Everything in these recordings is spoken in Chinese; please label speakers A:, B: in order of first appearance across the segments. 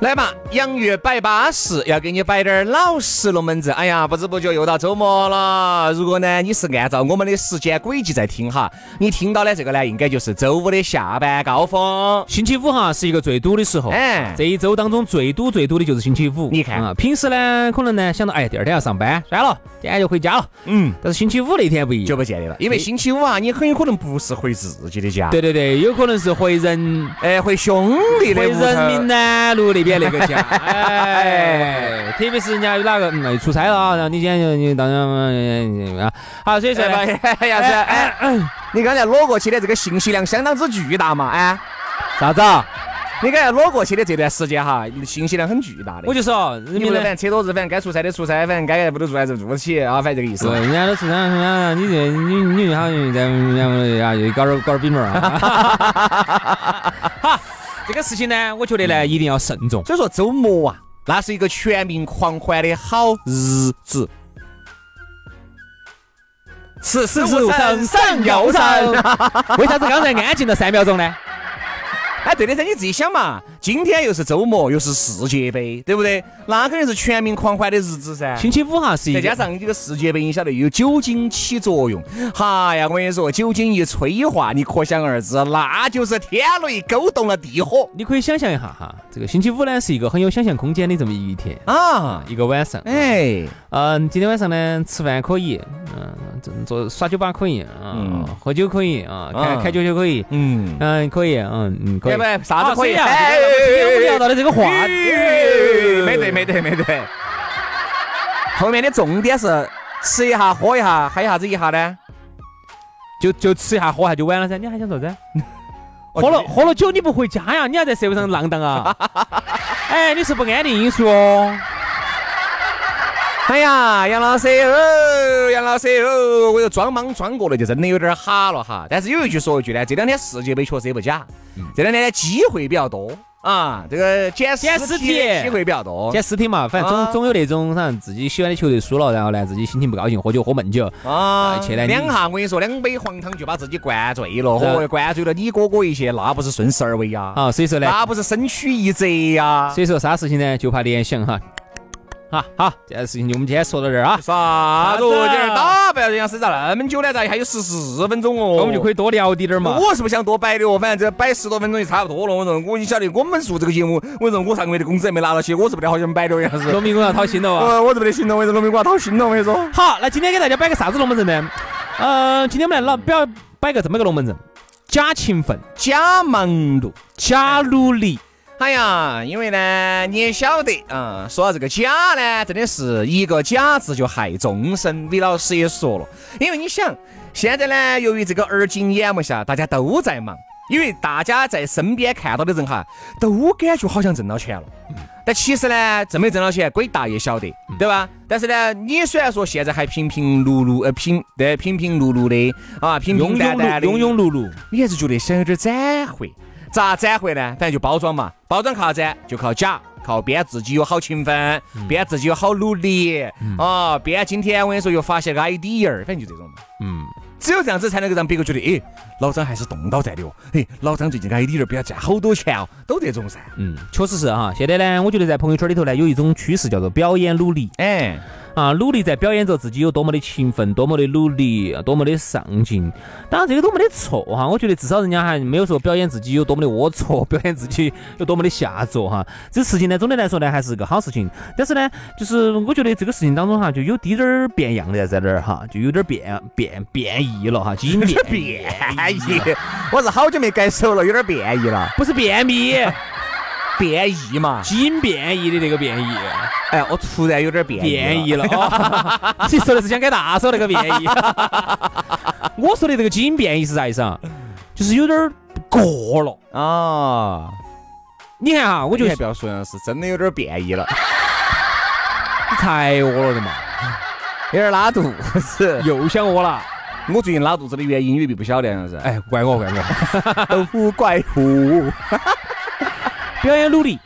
A: 来吧，洋芋摆巴适，要给你摆点儿老实龙门阵。哎呀，不知不觉又到周末了。如果呢你是按照我们的时间轨迹在听哈，你听到的这个呢，应该就是周五的下班高峰。
B: 星期五哈是一个最堵的时候，
A: 哎
B: 这一周当中最堵最堵的就是星期五。
A: 你看
B: 啊，平时呢可能呢想到哎第二天要上班，算了，今天就回家了。
A: 嗯，
B: 但是星期五那天不一
A: 就
B: 样，
A: 不见得了，因为星期五啊，你很有可能不是回自己的家，
B: 对，对对，有可能是回人
A: 哎，回兄弟的
B: 回
A: 屋头
B: 人民南路那边那个家，哎，特别是人家有哪个嗯出差了啊，然后你今天就你当然啊，好，所以说
A: 哎
B: 呢
A: 吧，哎杨子，哎，你刚才裸过去的这个信息量相当之巨大嘛，哎，
B: 啥子啊？
A: 你刚才裸过去的这段时间哈，信息量很巨大的。
B: 我就说人
A: 你
B: 民
A: 们
B: 南
A: 反。正车多日，反正该出差的出差，反正该在屋头住还是住不起啊，反正这个意思
B: 对，。人家都是人家人家你这你你你好像在人家啊，又搞点搞点比门儿啊。好， 这个事情呢，我觉得呢一定要慎重。
A: 所以说周末啊，那是一个全民狂欢的好日子。
B: 此时
A: 此
B: 无
A: 闪闪耀闪。
B: 为啥子刚才安静了三秒钟呢？
A: 哎，对的噻，你自己想嘛，今天又是周末，又是世界杯，对不对？那肯定是全民狂欢的日子噻。
B: 星期五哈是一
A: 再
B: 个
A: 加上这个世界杯，你晓得有酒精起作用。哈呀，我跟你说，酒精一催化，你可想而知，那就是天雷勾动了地火
B: 你可以想象一下哈，这个星期五呢是一个很有想象空间的这么一天，
A: 啊！
B: 一个晚上。
A: 哎，
B: 嗯，今天晚上呢吃饭可以，嗯，这坐耍酒吧可以，嗯
A: 嗯，
B: 喝酒可以啊，开
A: 嗯
B: 开酒酒可以，
A: 嗯，
B: 嗯，可以，嗯嗯，可以
A: 要不。然啥子可以？
B: 啊
A: 哎
B: 是这样今天我们聊到的这个话题，
A: 没对没对没对。嗯 后面的重点是吃一下喝一下，还有啥子一下呢？
B: 就就吃一下喝一下就完了噻，你还想啥子？
A: 我
B: 喝了
A: 觉得
B: 喝了酒你不回家呀？你还在社会上浪荡啊？哎，你是不安定因素哦。
A: 哎呀，杨老师哦，杨老师哦，我又装莽装过了，就真的有点哈了哈。但是有一句说一句呢，这两天世界杯确实也不假，这两天呢机会比较多啊，这个捡
B: 捡
A: 尸
B: 尸
A: 体的
B: 体
A: 机会比较多
B: 捡尸体嘛，反正
A: 啊
B: 总总有那种啥自己喜欢的球队输了，然后呢自己心情不高兴，喝酒喝闷酒，
A: 啊
B: 哎。前两
A: 两下我跟你说，两杯黄汤就把自己灌醉了，
B: 是
A: 嚯，灌醉了你哥哥一些，那不是顺势而为呀？
B: 啊，所以说呢，
A: 那不是身躯一折呀？
B: 所以说啥事情呢就怕联想哈。好好，这件事情我们今天说到这儿啊，
A: 啥子哦？
B: 啥
A: 今
B: 子
A: 儿打扮人家身上那么久呢，咋还有十四分钟哦？
B: 我们就可以多聊滴点儿嘛。
A: 我是不想多摆的哦，反正这摆十多分钟就差不多了。我说，我你晓得，我们做这个节目，我说我上个月的工资还没拿到起，我是不得好想摆的，要是，
B: 农民工要掏心了啊。
A: 我我是不得行了，我说农民工要讨心了，我跟你说。
B: 好，那今天给大家摆个啥子龙门阵呢？呃，今天我们来老不要摆个这么个龙门阵，假勤奋，
A: 假忙碌，
B: 假努力。
A: 哎呀，因为呢，你也晓得啊、说到这个假呢，真的是一个假字就害终身。李老师也说了，因为你想，现在呢，由于这个耳今眼目下，大家都在忙，因为大家在身边看到的人哈，都感觉好像挣到钱了。但其实呢，挣没挣到钱，鬼大爷晓得，对吧？但是呢，你虽然说现在还平平碌碌，呃，平对平平碌碌的啊，平
B: 庸
A: 平
B: 庸
A: 淡
B: 碌
A: 淡的，
B: 庸庸碌碌，
A: 你还是觉得想有点展会，咋展会呢？反正就包装嘛，包装靠啥子？就靠假，靠编自己有好勤奋，编自己有好努力啊，编今天我跟你说又发现个 idea，儿，反正就这种嘛。
B: 嗯，
A: 只有这样子才能够让别个觉得，哎，老张还是动脑在的哦，哎，老张最近 idea 儿不要赚好多钱哦，都这种噻。
B: 嗯，确实是哈。现在呢，我觉得在朋友圈里头呢，有一种趋势叫做表演努力
A: 哎，
B: 啊，努力在表演着自己有多么的勤奋，多么的努力，啊多么的上进。当然，这个都没得错哈。我觉得至少人家还没有说表演自己有多么的龌龊， 表演自己有多么的下作哈。这事情呢，总的来说呢，还是个好事情。但是呢，就是我觉得这个事情当中哈，就有滴点儿变样的在那儿哈，就有点儿变变变异了哈， 基因变
A: 哎变异，我是好久没改手了，有点变异了，
B: 不是便秘，
A: 变异嘛。
B: 基因变异的那个变异。
A: 哎，我突然有点变异了。
B: 变异了哦， 你说的是想改大手那个变异， 我说的这个基因变异是啥意思啊？就是有点儿过了。
A: 啊！
B: 你看哈，我
A: 我
B: 就
A: 就不要说杨老师，真的有点变异了。
B: 才饿了的嘛，
A: 有点拉肚子。
B: 又想饿了。
A: 我最近拉肚子的原因你并不晓得，好像是。
B: 哎，怪我怪我，
A: 都怪我。
B: 表演努力。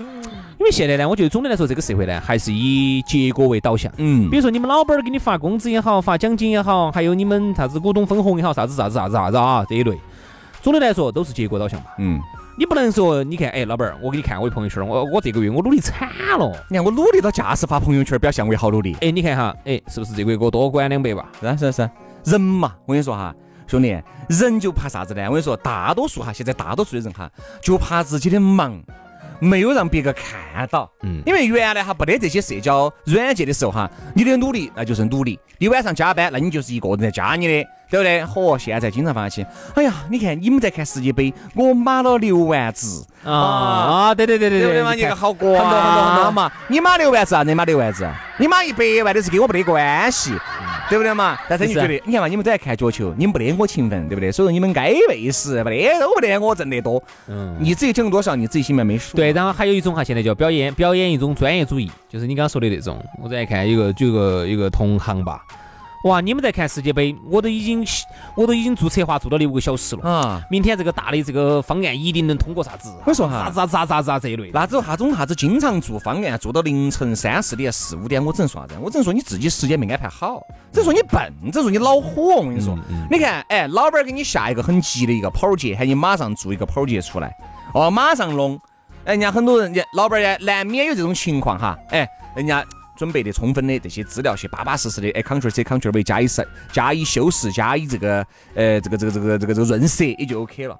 B: 因为现在呢，我觉得总的来说，这个社会呢，还是以结果为导向。
A: 嗯
B: 比如说你们老板儿给你发工资也好，发奖金也好，还有你们啥子股东分红也好，啥子啥子啥子啥子啊这一类，总的来说都是结果导向嘛。
A: 嗯，
B: 你不能说，你看，哎，老板儿，我给你看我的朋友圈儿，我我这个月我努力惨了。
A: 你看我努力到架势发朋友圈，表现我也好努力。
B: 哎，你看哈，哎，是不是这个月给我多管两百吧？
A: 是啊是啊是啊，人嘛，我跟你说哈，兄弟，人就怕啥子呢？我跟你说，大多数哈，现在大多数的人哈，就怕自己的忙没有让别个看到。
B: 嗯
A: 因为原来哈没得这些社交软件的时候哈，你的努力那就是努力，你晚上加班那你就是一个人在家你的，对不对？嚯，现在经常发现，哎呀，你看你们在看世界杯，我买了六万字，
B: 啊啊，对对对对
A: 对不对
B: 对，
A: 嘛？
B: 你
A: 你
B: 看
A: 个好啊瓜，
B: 很多很多很多
A: 嘛！你买六万字啊，你买六万字，你买一百万的是跟我没得关系，对不对嘛？嗯但是你
B: 是
A: 就
B: 啊
A: 觉得，你看嘛，你们都在看脚球，你们没得我勤奋，对不对？所以说你们该背时没得都没得我挣得多，
B: 嗯。
A: 你自己挣多少你自己心里面没数。
B: 对，，然后还有一种哈，现在叫表演表演一种专业主义，就是你刚刚说的那种。我再看有个就有个有个同行吧，哇，你们在看世界杯，我都已经我都已经做策划做了六个小时了。
A: 啊，
B: 明天这个大的这个方案一定能通过啥子？啊
A: 我说哈
B: 啥子啥子啥子啥子啥子一类的。
A: 那子啥种啥子经常做方案做到凌晨三四点四五点，我只能说啥子？我只能说你自己时间没安排好，只能说你笨，只能说你恼火。我跟你说，你看，哎，老板给你下一个很急的一个跑儿节，喊你马上做一个跑儿节出来，哦，马上弄。哎，人家很多人，人家老板呢难免有这种情况哈，哎，人家。准备的充分的这些资料，些巴巴适适的，哎，Ctrl C Ctrl V 加以删，加以修饰，加以这个，呃，这个这个这个这个这个润色也就 OK 了。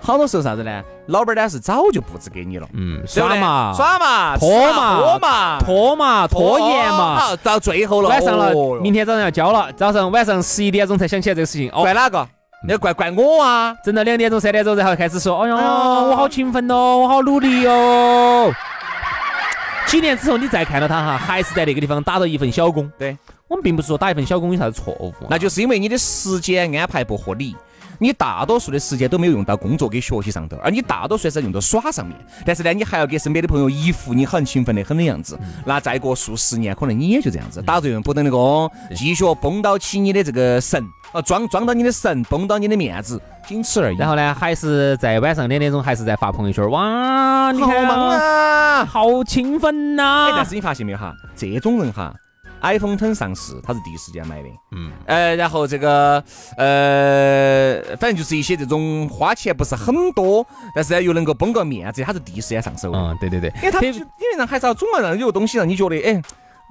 A: 好多时候啥子呢？老板呢是早就布置给你了，
B: 嗯，
A: 对不
B: 耍
A: 对
B: 嘛，
A: 耍嘛，
B: 拖
A: 吃
B: 嘛
A: 拖嘛，
B: 拖嘛，拖延嘛。
A: 好，到最后了，
B: 晚上了
A: 哦哦，哟
B: 明天早上要交了，早上晚上十一点钟才想起来这个事情。哦，
A: 怪哪个？那嗯怪怪我啊！
B: 整到两点钟、三点钟，然后开始说：“哎呀，
A: 哎呀
B: 我好勤奋哦，我好努力哦。”几年之后你再看到他哈，还是在那个地方打到一份小工。
A: 对，
B: 我们并不是说打一份小工有啥子错误啊，
A: 那就是因为你的时间安排不合理，你大多数的时间都没有用到工作跟学习上头，而你大多数还是用到耍上面。但是呢，你还要给身边的朋友一副你很勤奋的很的样
B: 嗯
A: 子。那再过数十年，可能你也就这样子，打着一份不等的工，哦
B: 嗯
A: 继续绷到起你的这个神，啊，装装到你的神，绷到你的面子，仅此而已。
B: 然后呢，还是在晚上两点钟还是在发朋友圈，哇，你
A: 好
B: 看、
A: 忙啊！
B: 好勤奋
A: 哎，
B: 呐、
A: 但是你发现没有哈，这种人哈，iPhone 10上市，他是第一时间买的。
B: 嗯，
A: 呃，然后这个呃，反正就是一些这种花钱不是很多，但是呢又能够绷个面子，他是第一时间上手的。
B: 嗯，对对对，
A: 因为他
B: 特
A: 因为让还是要总要让有东西让你觉得，哎，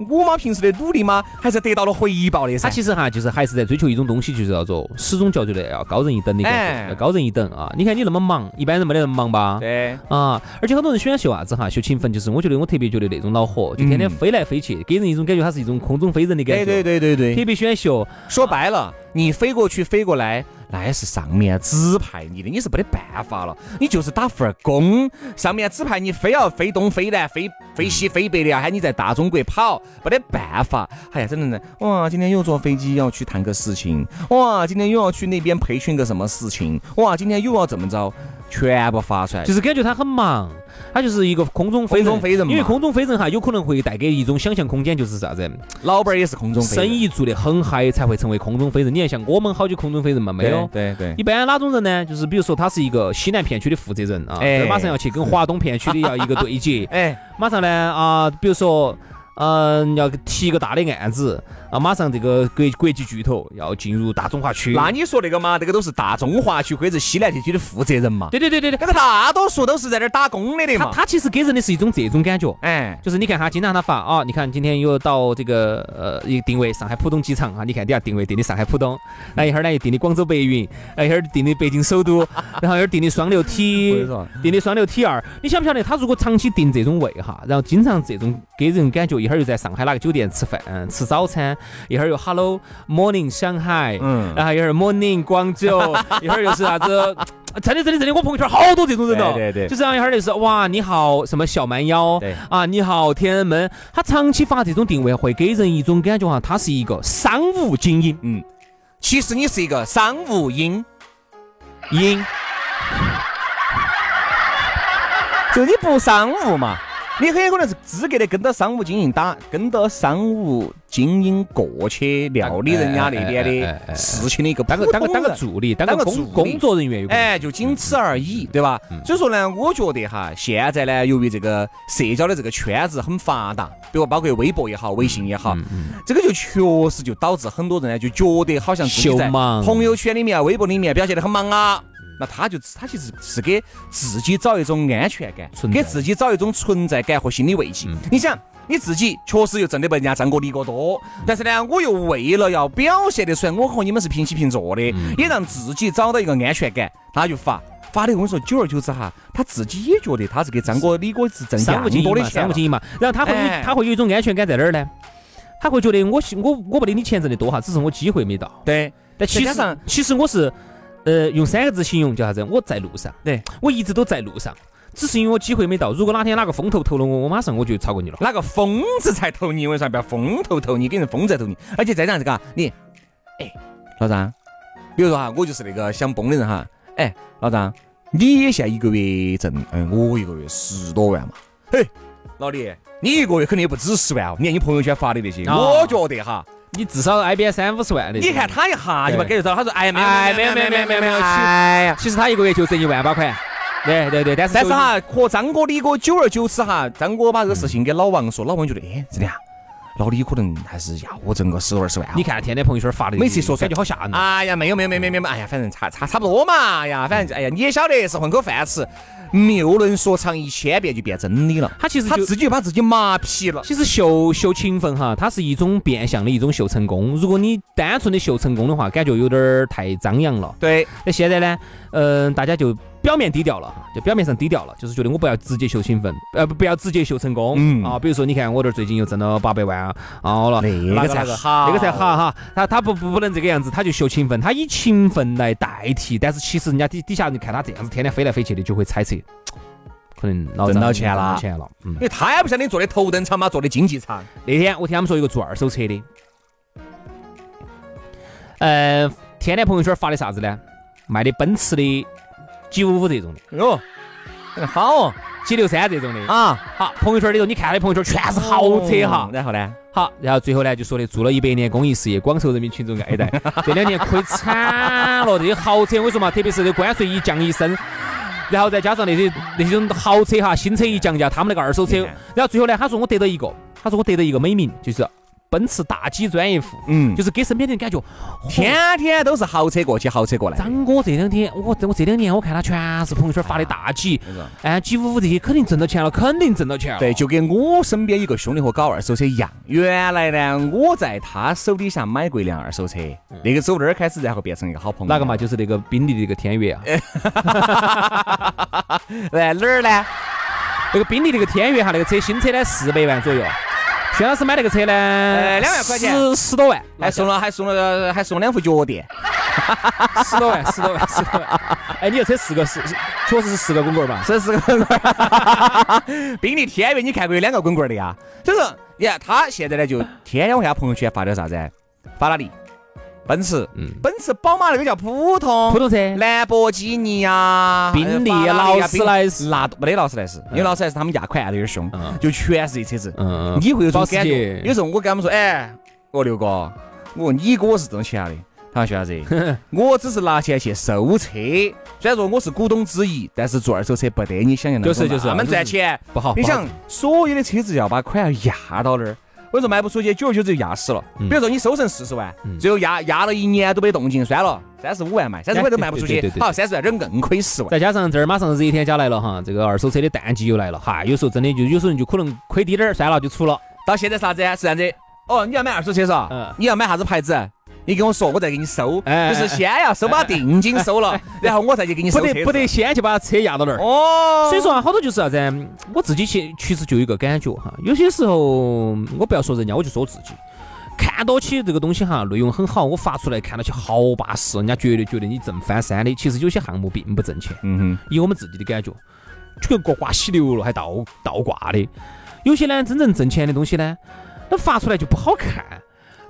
A: 我嘛平时的努力嘛，还是得到了回报的
B: 他
A: 噻。
B: 其实哈，就是还是在追求一种东西，就是叫做始终叫觉得要高人一等的感觉，
A: 哎
B: 要高人一等啊！你看你那么忙，一般人没得人忙吧？
A: 对，
B: 啊，而且很多人喜欢秀啥子哈，秀勤奋，就是我觉得我特别觉得那种恼火，就天天
A: 嗯
B: 飞来飞去，给人一种感觉，它是一种空中飞人的感
A: 对对
B: 觉。
A: 对对哎对，
B: 特别喜欢秀，
A: 说白了，你飞过去飞过来，那也是上面指派你的，你是没得办法了。你就是打份儿工，上面指派你非要非东非南非非西非北的，要喊你在大中国跑，没得办法。哎呀，真的呢，哇，今天又坐飞机要去谈个事情，哇，今天又要去那边培训个什么事情，哇，今天又要怎么着，全部发出来。
B: 就是感觉他很忙，他就是一个空中飞人。
A: 空中飞人嘛
B: 因为空中飞人哈，有可能会带给一种想象空间，就是啥子，
A: 老板儿也是空中飞
B: 生
A: 人，
B: 意做得很嗨才会成为空中飞人。你看，像我们好久空中飞人嘛，没有。
A: 对对对，
B: 一般哪种人呢？就是比如说他是一个西南片区的负责人啊，
A: 哎，
B: 这马上要去跟华东片区的要一个对接
A: 哎，
B: 马上呢啊，比如说。嗯、要提一个大的案子啊！马上这个国国际巨头要进入大中华区。
A: 那你说那个嘛，这个都是大中华区或者西南地区的负责人嘛。
B: 对对对对对，
A: 那个大多数都是在那儿打工的的
B: 他
A: 嘛。
B: 他其实给人的是一种这种感觉，
A: 哎，
B: 就是你看哈，经常他发啊，你看今天又到这个呃一个定位上海浦东机场啊，你看底下定位定的上海
A: 嗯
B: 浦东，那一会儿呢又定的广州白云，那一会儿定的北京首都，然后一会儿定的双流
A: 我跟
B: T
A: 你。说，
B: 定的双流 T 二，你晓不晓得？他如果长期定这种位哈，然后经常这种给人感觉，一会儿又在上海哪个酒店吃饭、嗯吃早餐，一会儿又 Hello Morning 上海，
A: 嗯
B: 然后一会儿 Morning 广州， 一会儿又是啥子？真的真的真的，我朋友圈好多这种人哦。
A: 对对对
B: 就这样一会儿就是哇，你好什么小蛮腰
A: 对，
B: 啊，你好天安门，他长期发这种定位会给人一种感觉哈，他是一个商务精英，
A: 其实你是一个商务英，
B: 英
A: 就你不商务嘛，你很有可能是资格的跟到商务精英打，跟到商务精英过去料理人家那边
B: 哎哎哎哎哎
A: 的事情的一个
B: 当个
A: 普
B: 当个
A: 通
B: 当个
A: 人
B: 助理，当
A: 当
B: 个
A: 个
B: 工
A: 助理
B: 工作人员有可能，
A: 哎，就仅此而
B: 嗯
A: 已，对吧？所以说呢，我觉得哈，现在呢，由于这个社交的这个圈子很发达，比如包括微博也好，微信也好，这个就确实嗯就导致很多人呢就觉得好像自己
B: 秀
A: 在
B: 忙
A: 朋友圈里面、微博里面表现得很忙啊，那他就他其实是给自己找一种安全感
B: 存，在嗯
A: 给自己找一种存在感和心理慰藉。你想。你自己确实又挣得不人家张哥、李哥多，
B: 嗯
A: 但是呢，我又为了要表现得出来，我和你们是平起平坐的，
B: 嗯
A: 也让自己找到一个安全感，他就发发的。我跟你说，久而久之哈，他自己也觉得他是给张哥、李哥是挣
B: 三
A: 样
B: 五斤一
A: 多的
B: 嘛，
A: 钱
B: 三
A: 了
B: 五斤一嘛。然后他会有
A: 哎
B: 他会有一种安全感在哪儿呢？他会觉得我我我没得你钱挣得多哈，只是我机会没到。
A: 对，
B: 但其
A: 再加
B: 实
A: 上
B: 其实我是，呃，用三个字形容叫啥子？我在路上，
A: 对，
B: 我一直都在路上，只是因为我机会没到。如果哪天哪个风头投了我，我马上我就超过你了。
A: 哪个疯子才投你？我跟你说，不要风头投你，给人疯子才投你。而且再这样子嘎，你，哎，老张，比如说哈，我就是那个想崩的人哈，哎，老张，你也现在一个月挣，嗯，我一个月十多万嘛，嘿，老李，你一个月肯定不止十万哦，你看你朋友圈发的那些，
B: 啊
A: 我觉得哈，
B: 你至少 IBS 三五十万的。
A: 你看，他一下就把感
B: 对
A: 觉到，他说，哎，没
B: 哎，没有没有没有没有没有，哎呀，其实他一个月就挣一万把块。对对对，但是
A: 但是
B: 就，
A: 哈，和张哥、李哥久而久之哈，张哥把这个事情给老王说，老王觉得，哎，真的啊，老李可能还是要我挣个十多二十万啊。
B: 你看天天朋友圈发的，
A: 每次说出来
B: 感觉好吓人啊。
A: 哎呀，没有没有没有没有没有，哎呀，反正差差差不多嘛，哎呀，反正哎呀，你也晓得是混口饭吃，谬论说长一千遍就变真理了。
B: 他其实
A: 他
B: 就
A: 自己就把自己麻痹了。
B: 其实秀秀勤奋哈，它是一种变相的一种秀成功。如果你单纯的秀成功的话，感觉有点儿太张扬了。
A: 对，
B: 那现在呢，嗯、大家就表面低调了，就表面上低调了，就是觉得我不要直接秀兴奋，呃，不不要直接秀成功，
A: 嗯
B: 啊，比如说你看我这儿最近又挣了八百万啊，好了，
A: 那个
B: 哪哪
A: 才好
B: 那个才好哈，他他不不不能这个样子，他就秀勤奋，他以勤奋来代替，但是其实人家底底下你看他这样子天天飞来飞去的，就会猜测，可能老张
A: 挣到钱
B: 挣
A: 了
B: 到钱了，嗯
A: 因。为他也不晓得你坐的头等舱嘛，坐的经济舱。
B: 那天我听他们说有个做二手车的，呃，天天朋友圈发的啥子呢？卖的奔驰的 G 五五这种的，
A: 哟，好哦
B: G 六三这种的。
A: 啊，
B: 好，朋友圈里头你看他的朋友圈全是豪车哈
A: 哦。然后呢？
B: 好，嗯然后最后呢就说的做了一百年公益事业，广受人民群众爱 戴，这两年亏惨了。这些豪车，我跟你说嘛，特别是这关税一降一升。然后再加上那些那些种豪车哈，新车一降价，他们那个二手车
A: 你看，
B: 然后最后呢，他说我得到一个，他说我得到一个美名，就是奔驰大 G 专业户，
A: 嗯，
B: 就是给身边的人感觉，天，
A: 天天都是豪车过去，豪车过来。
B: 张哥这两天，我我这两年我看他全是朋友圈发的大 G，哎，G 五五这些肯定挣到钱了，肯定挣到钱了。
A: 对，就跟我身边一个兄弟伙搞二手车一样。原来呢，我在他手底下买过一辆二手车，那个走那儿开始，然后变成一个好朋友。
B: 哪个嘛，？嗯 就是那个宾利的那个天悦啊，
A: 来哪儿呢？
B: 那个宾利那个天悦哈，那个车新车呢四百万左右，薛老师买那个车呢，
A: 呃两万块钱
B: 十十多万，
A: 还送了还送了还送了两副脚垫，
B: 十多万，十多万，十 多万。哎，你这车四个是，确实是四个滚棍儿吧？
A: 这是个 滚棍儿。宾利天悦，你看过有两个滚棍儿的呀？所以说，你看他现在呢，就天天我看他朋友圈发点啥子？法拉利、奔驰、
B: 嗯，
A: 奔驰、宝马那个叫普
B: 普
A: 通，
B: 通车，
A: 兰博基尼呀、
B: 宾利、啊
A: 法拉利
B: 劳
A: 呀
B: 斯莱斯，
A: 那都没得劳斯莱斯，因为劳斯莱斯他们压款压得有点凶
B: 嗯，
A: 就全是这车子。
B: 嗯，
A: 你会有种
B: 保时
A: 感觉
B: 捷，
A: 有时候我跟他们说，哎，我刘哥，我说你哥是挣钱的。他说啥 子？我只是拿钱去收车，虽然说我是股东之一，但是做二手车不得你想象的
B: 就是就是哦
A: 那么赚钱。
B: 不好，
A: 你
B: 不好
A: 想，所有的车子要把款要压到那儿，我跟你说卖不出去，久而久之就压死了。
B: 嗯
A: 比如说你收成四十万
B: 嗯，
A: 最后压压了一年都没动静，算了，三十五万卖，三十五万都卖不出
B: 哎对
A: 去
B: 对对对，对
A: 好，三十万这儿更亏十万。
B: 再加上这儿马上热天家来了哈，这个二手车的淡季又来了哈，有时候真的就有时候你就可能亏低点儿，算了就出了。
A: 到现在啥子啊？是这样子，哦，你要买二手车是吧？
B: 嗯
A: 你要买啥子牌子？你跟我说，我再给你收。
B: 哎
A: 就是先要收把定金收了，然后我再去给你收
B: 不
A: 车
B: 得
A: 子
B: 不得，先去把车压到那儿。
A: 哦，
B: 所以说啊，好多就是啥、子啊，我自己其其实就有一个感觉哈，有些时候我不要说人家，我就说我自己。看到起这个东西哈，内容很好，我发出来看到起好巴适，人家绝对觉得你挣翻山的。其实有些项目并不挣钱，
A: 嗯
B: 以我们自己的感觉，就跟刮刮洗流了还倒倒挂的。有些呢，真正挣钱的东西呢，那发出来就不好看，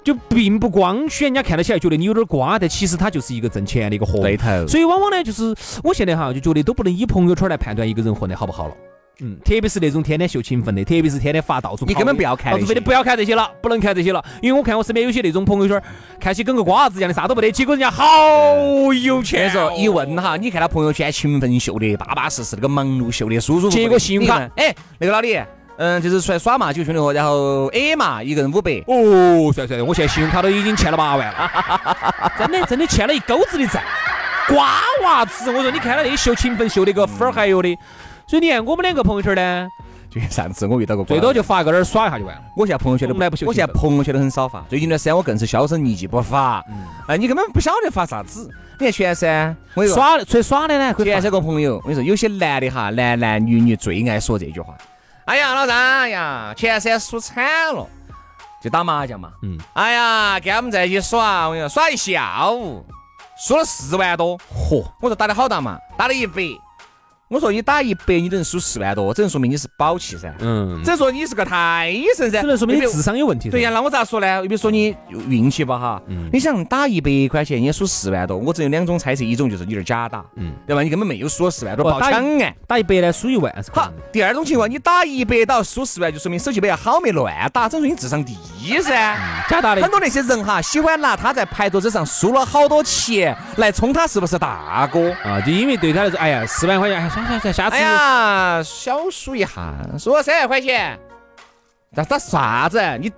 B: 就并不光鲜，人家看得起来觉得你有点瓜，但其实它就是一个挣钱的一个活
A: 哼，
B: 路。
A: 头，
B: 所以往往呢，就是我现在哈就觉得都不能以朋友圈来判断一个人混得好不好了。嗯，特别是那种天天秀勤奋的，特别是天天发到处
A: 你
B: 跑
A: 根本
B: 的
A: 不要看
B: 到
A: 那
B: 处
A: 些
B: 飞的，不要看这些了，不能看这些了，因为我看我身边有些那种朋友圈，看起跟个瓜子一样的，啥都不得，结果人家好有钱、
A: 所以
B: 哦
A: 嗯说，一问哈，你看他朋友圈勤奋秀的，巴巴适适，那个忙碌秀的，舒舒服服的。
B: 结果信用卡
A: 你看，哎，那个老李，嗯，就是出来耍嘛，几个兄弟伙，然后 A 嘛，一个人五百，
B: 哦，算了算了，我现在信用卡都已经欠了八万了，真的真的欠了一钩子的债。瓜娃子，我说你看他那秀勤奋，秀那个粉儿还有的。所以你看我们两个朋友圈呢，
A: 就上次我遇到过，
B: 最多就发个那儿耍一下就完了。
A: 我现在朋友圈都
B: 从来不秀
A: 我现在
B: 勤奋
A: 朋友圈都很少发。最近段时间我更是销声匿迹不发，
B: 嗯
A: 哎，你根本不晓得发啥子。你看全噻，我跟你说
B: 耍出去耍的呢，可以
A: 前
B: 发
A: 这个朋友，我跟你说，有些男的哈，男男女女最爱说这句话。哎呀，老张，哎呀，前三输惨了，就打麻将嘛。
B: 嗯
A: 嗯。哎呀，跟他们在一起耍，我跟你说，耍一下午，输了四万多。嚯！我说打的好大嘛，打了一百。我说你打一百，你能输四万多，只能说明你是宝气噻，
B: 嗯，
A: 只能说你是个胎神噻，
B: 只能说明
A: 有
B: 你
A: 没有
B: 智商有问题。
A: 对呀，，那我咋说呢？又比如说你
B: 嗯
A: 运气不好，你想打一百块钱，你输四万多，我只有两种猜测，一种就是你是假打，
B: 嗯
A: 对吧？你根本没有输四万多，
B: 哦
A: 爆
B: 打一
A: 抢案。
B: 打一百呢，输一万是可
A: 好
B: 能的。，
A: 第二种情况，你打一百到输四万，就说明手气比较好，没乱打，只能说明智商低噻。
B: 假打 的
A: 很，多那些人哈，喜欢拿他在牌桌子上输了好多钱来冲他是不是大哥？
B: 啊，就因为对他来说，哎呀，四万块钱，哎，算算算，下次
A: 哎呀，小输一下，输了三万块钱，那打啥子？你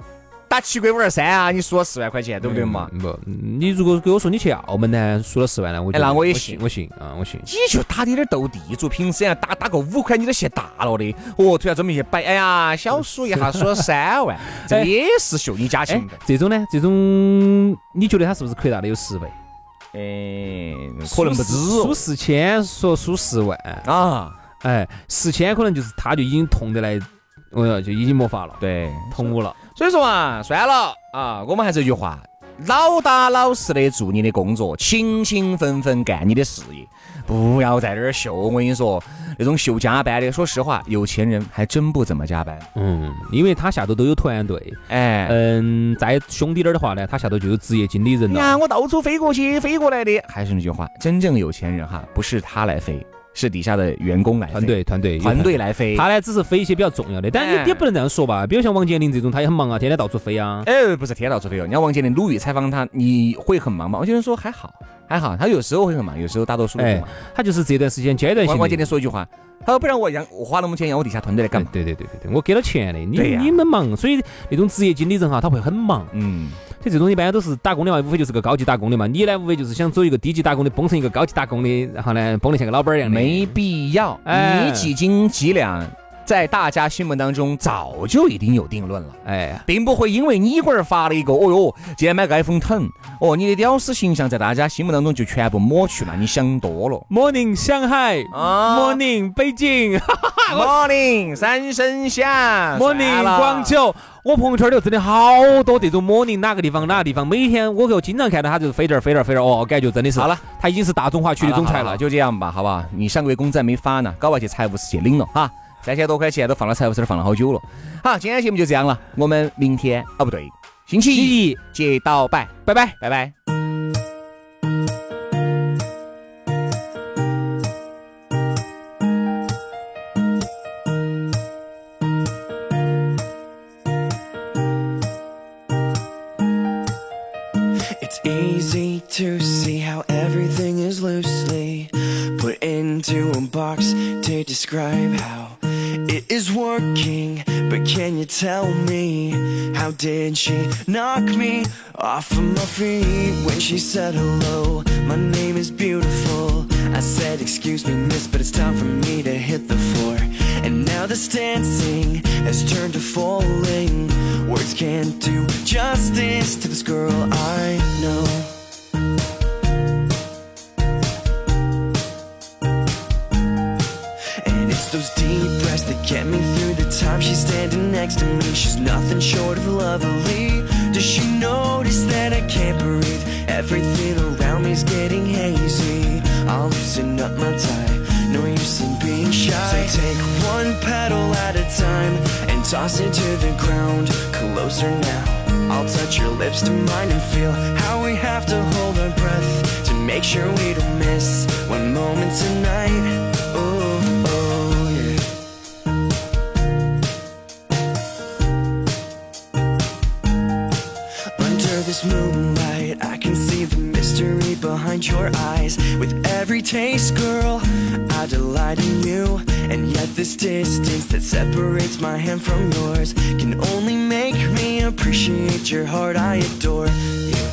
A: 打七鬼五二三啊，你输了四万块钱，对不对嘛？
B: 嗯不，你如果给我说你去澳门呢，输了四万呢，我
A: 哎
B: 觉得
A: 那我也
B: 信，
A: 信
B: 我信啊，我信。
A: 你就打点点斗地主，平时要啊打打个五块，你都嫌大了的。哦，突然专门去摆，哎呀，小输一下输了三 万，这也是秀你家
B: 哎
A: 情的。，
B: 这种呢，这种你觉得他是不是亏大的有十倍？
A: 哎，可能不止
B: 输输
A: 哦
B: 四千，说输十万，
A: 啊。
B: 哎，四千可能就是他就已经痛得来，我要就已经没法了，
A: 对，
B: 痛我了。
A: 所以说嘛，算了啊，我们还是一句话。老打老实的做你的工作，勤勤奋奋干你的事业，不要在这儿秀。我跟你说，那种秀加班的，说实话，有钱人还真不怎么加班。
B: 嗯，因为他下头都有团队，
A: 哎，
B: 嗯，再凶滴点儿的话呢，他下头就有职业经理人
A: 哎呀，
B: 了。
A: 我到处飞过去，飞过来的。啊还是那句话，真正有钱人哈，不是他来飞，是底下的员工来飞，
B: 团队，团队，有
A: 团队来飞。
B: 他呢只是飞一些比较重要的，但
A: 哎
B: 也也不能这样说吧。比如像王健林这种，他也很忙啊，天天到处飞啊。
A: 哎，不是天到处飞哦。人家王健林、鲁豫采访他，你会很忙吗？王健林说还好，还好。他有时候会很忙，有时候大多数都不
B: 哎
A: 忙。，
B: 他就是这段时间阶段性
A: 王
B: 的。
A: 王健林说一句话，他说不然我让我花那么多钱让我底下团队来干嘛？
B: 哎对对对对对，我给了钱的，你
A: 对呀
B: 你们忙，所以那种职业经理人哈，他会很忙。
A: 嗯，
B: 所以这种一般都是打工的嘛，无非就是个高级打工的嘛。你呢，无非就是想走一个低级打工的，崩成一个高级打工的，然后呢，崩得像个老板儿一样的。
A: 没必要。
B: 哎
A: 你几斤几两，在大家心目当中早就已经有定论了。
B: 哎，
A: 并不会因为你一个人发了一个，哦哟，今天买个 iPhone ten，哦，你的屌丝形象在大家心目当中就全部抹去了，你想多了。
B: Morning 上海
A: 啊
B: ，Morning 北京
A: Morning，三声响。
B: ，Morning
A: 算啊了
B: 广。州。我朋友圈里头真的好多这种 Morning 哪个地方哪个地方，每天我就经常看到他就是飞这儿飞这儿飞这儿，哦，感觉真的是
A: 好了，
B: 他已经是大中华区
A: 去
B: 的总裁
A: 了，
B: 了。就
A: 就这样吧，好不好？你上个月工资还没发呢，搞完去财务室去领了哈。三千多块钱都放到财务室里放了好久了。好，今天节目就这样了，我们明天哦不对，星期一
B: 一，
A: 接到拜，
B: 拜拜。
A: 拜拜。
C: It's easy to see how everything is loosely put into a box to describe how it is working. But can you tell me how did she knock me off of my feet when she said hello? My name is beautiful. I said, Excuse me, miss, but it's time for me to hit the floor. And now this dancing has turned to falling. Words can't do justice to this girl I know. And it's those deep breaths that get me through the time she's standing next to me. She's nothing short of lovely. Does she notice that I can't breathe? Everything around me's getting hazy. I'll loosen up my tie. No use in being shy. So take one petal at a time and toss it to the ground. Closer now. I'll touch your lips to mine and feel how we have to hold our breath to make sure we don't miss one moment tonight. Oh, oh, yeah. Under this moonlight, I can see the mystery behind your eyes. With every taste, girl, I delight in you. And yet, this distance that separates my hand from yours can only make me appreciate your heart. I adore you.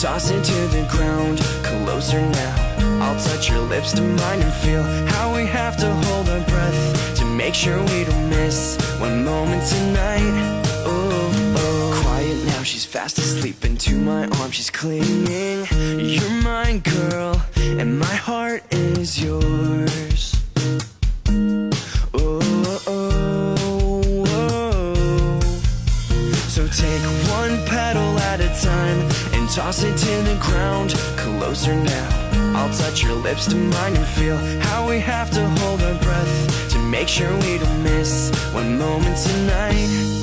C: tossing to the ground. Closer now, I'll touch your lips to mine and feel how we have to hold our breath to make sure we don't miss one moment tonight. Ooh, ooh. Quiet now, she's fast asleep into my arms, she's clinging. You're mine, girl, and my heart is yours. Ooh, ooh, ooh. So take one petal at a time and toss it to the ground. Closer now, I'll touch your lips to mine and feel how we have to hold our breath to make sure we don't miss one moment tonight. Oh,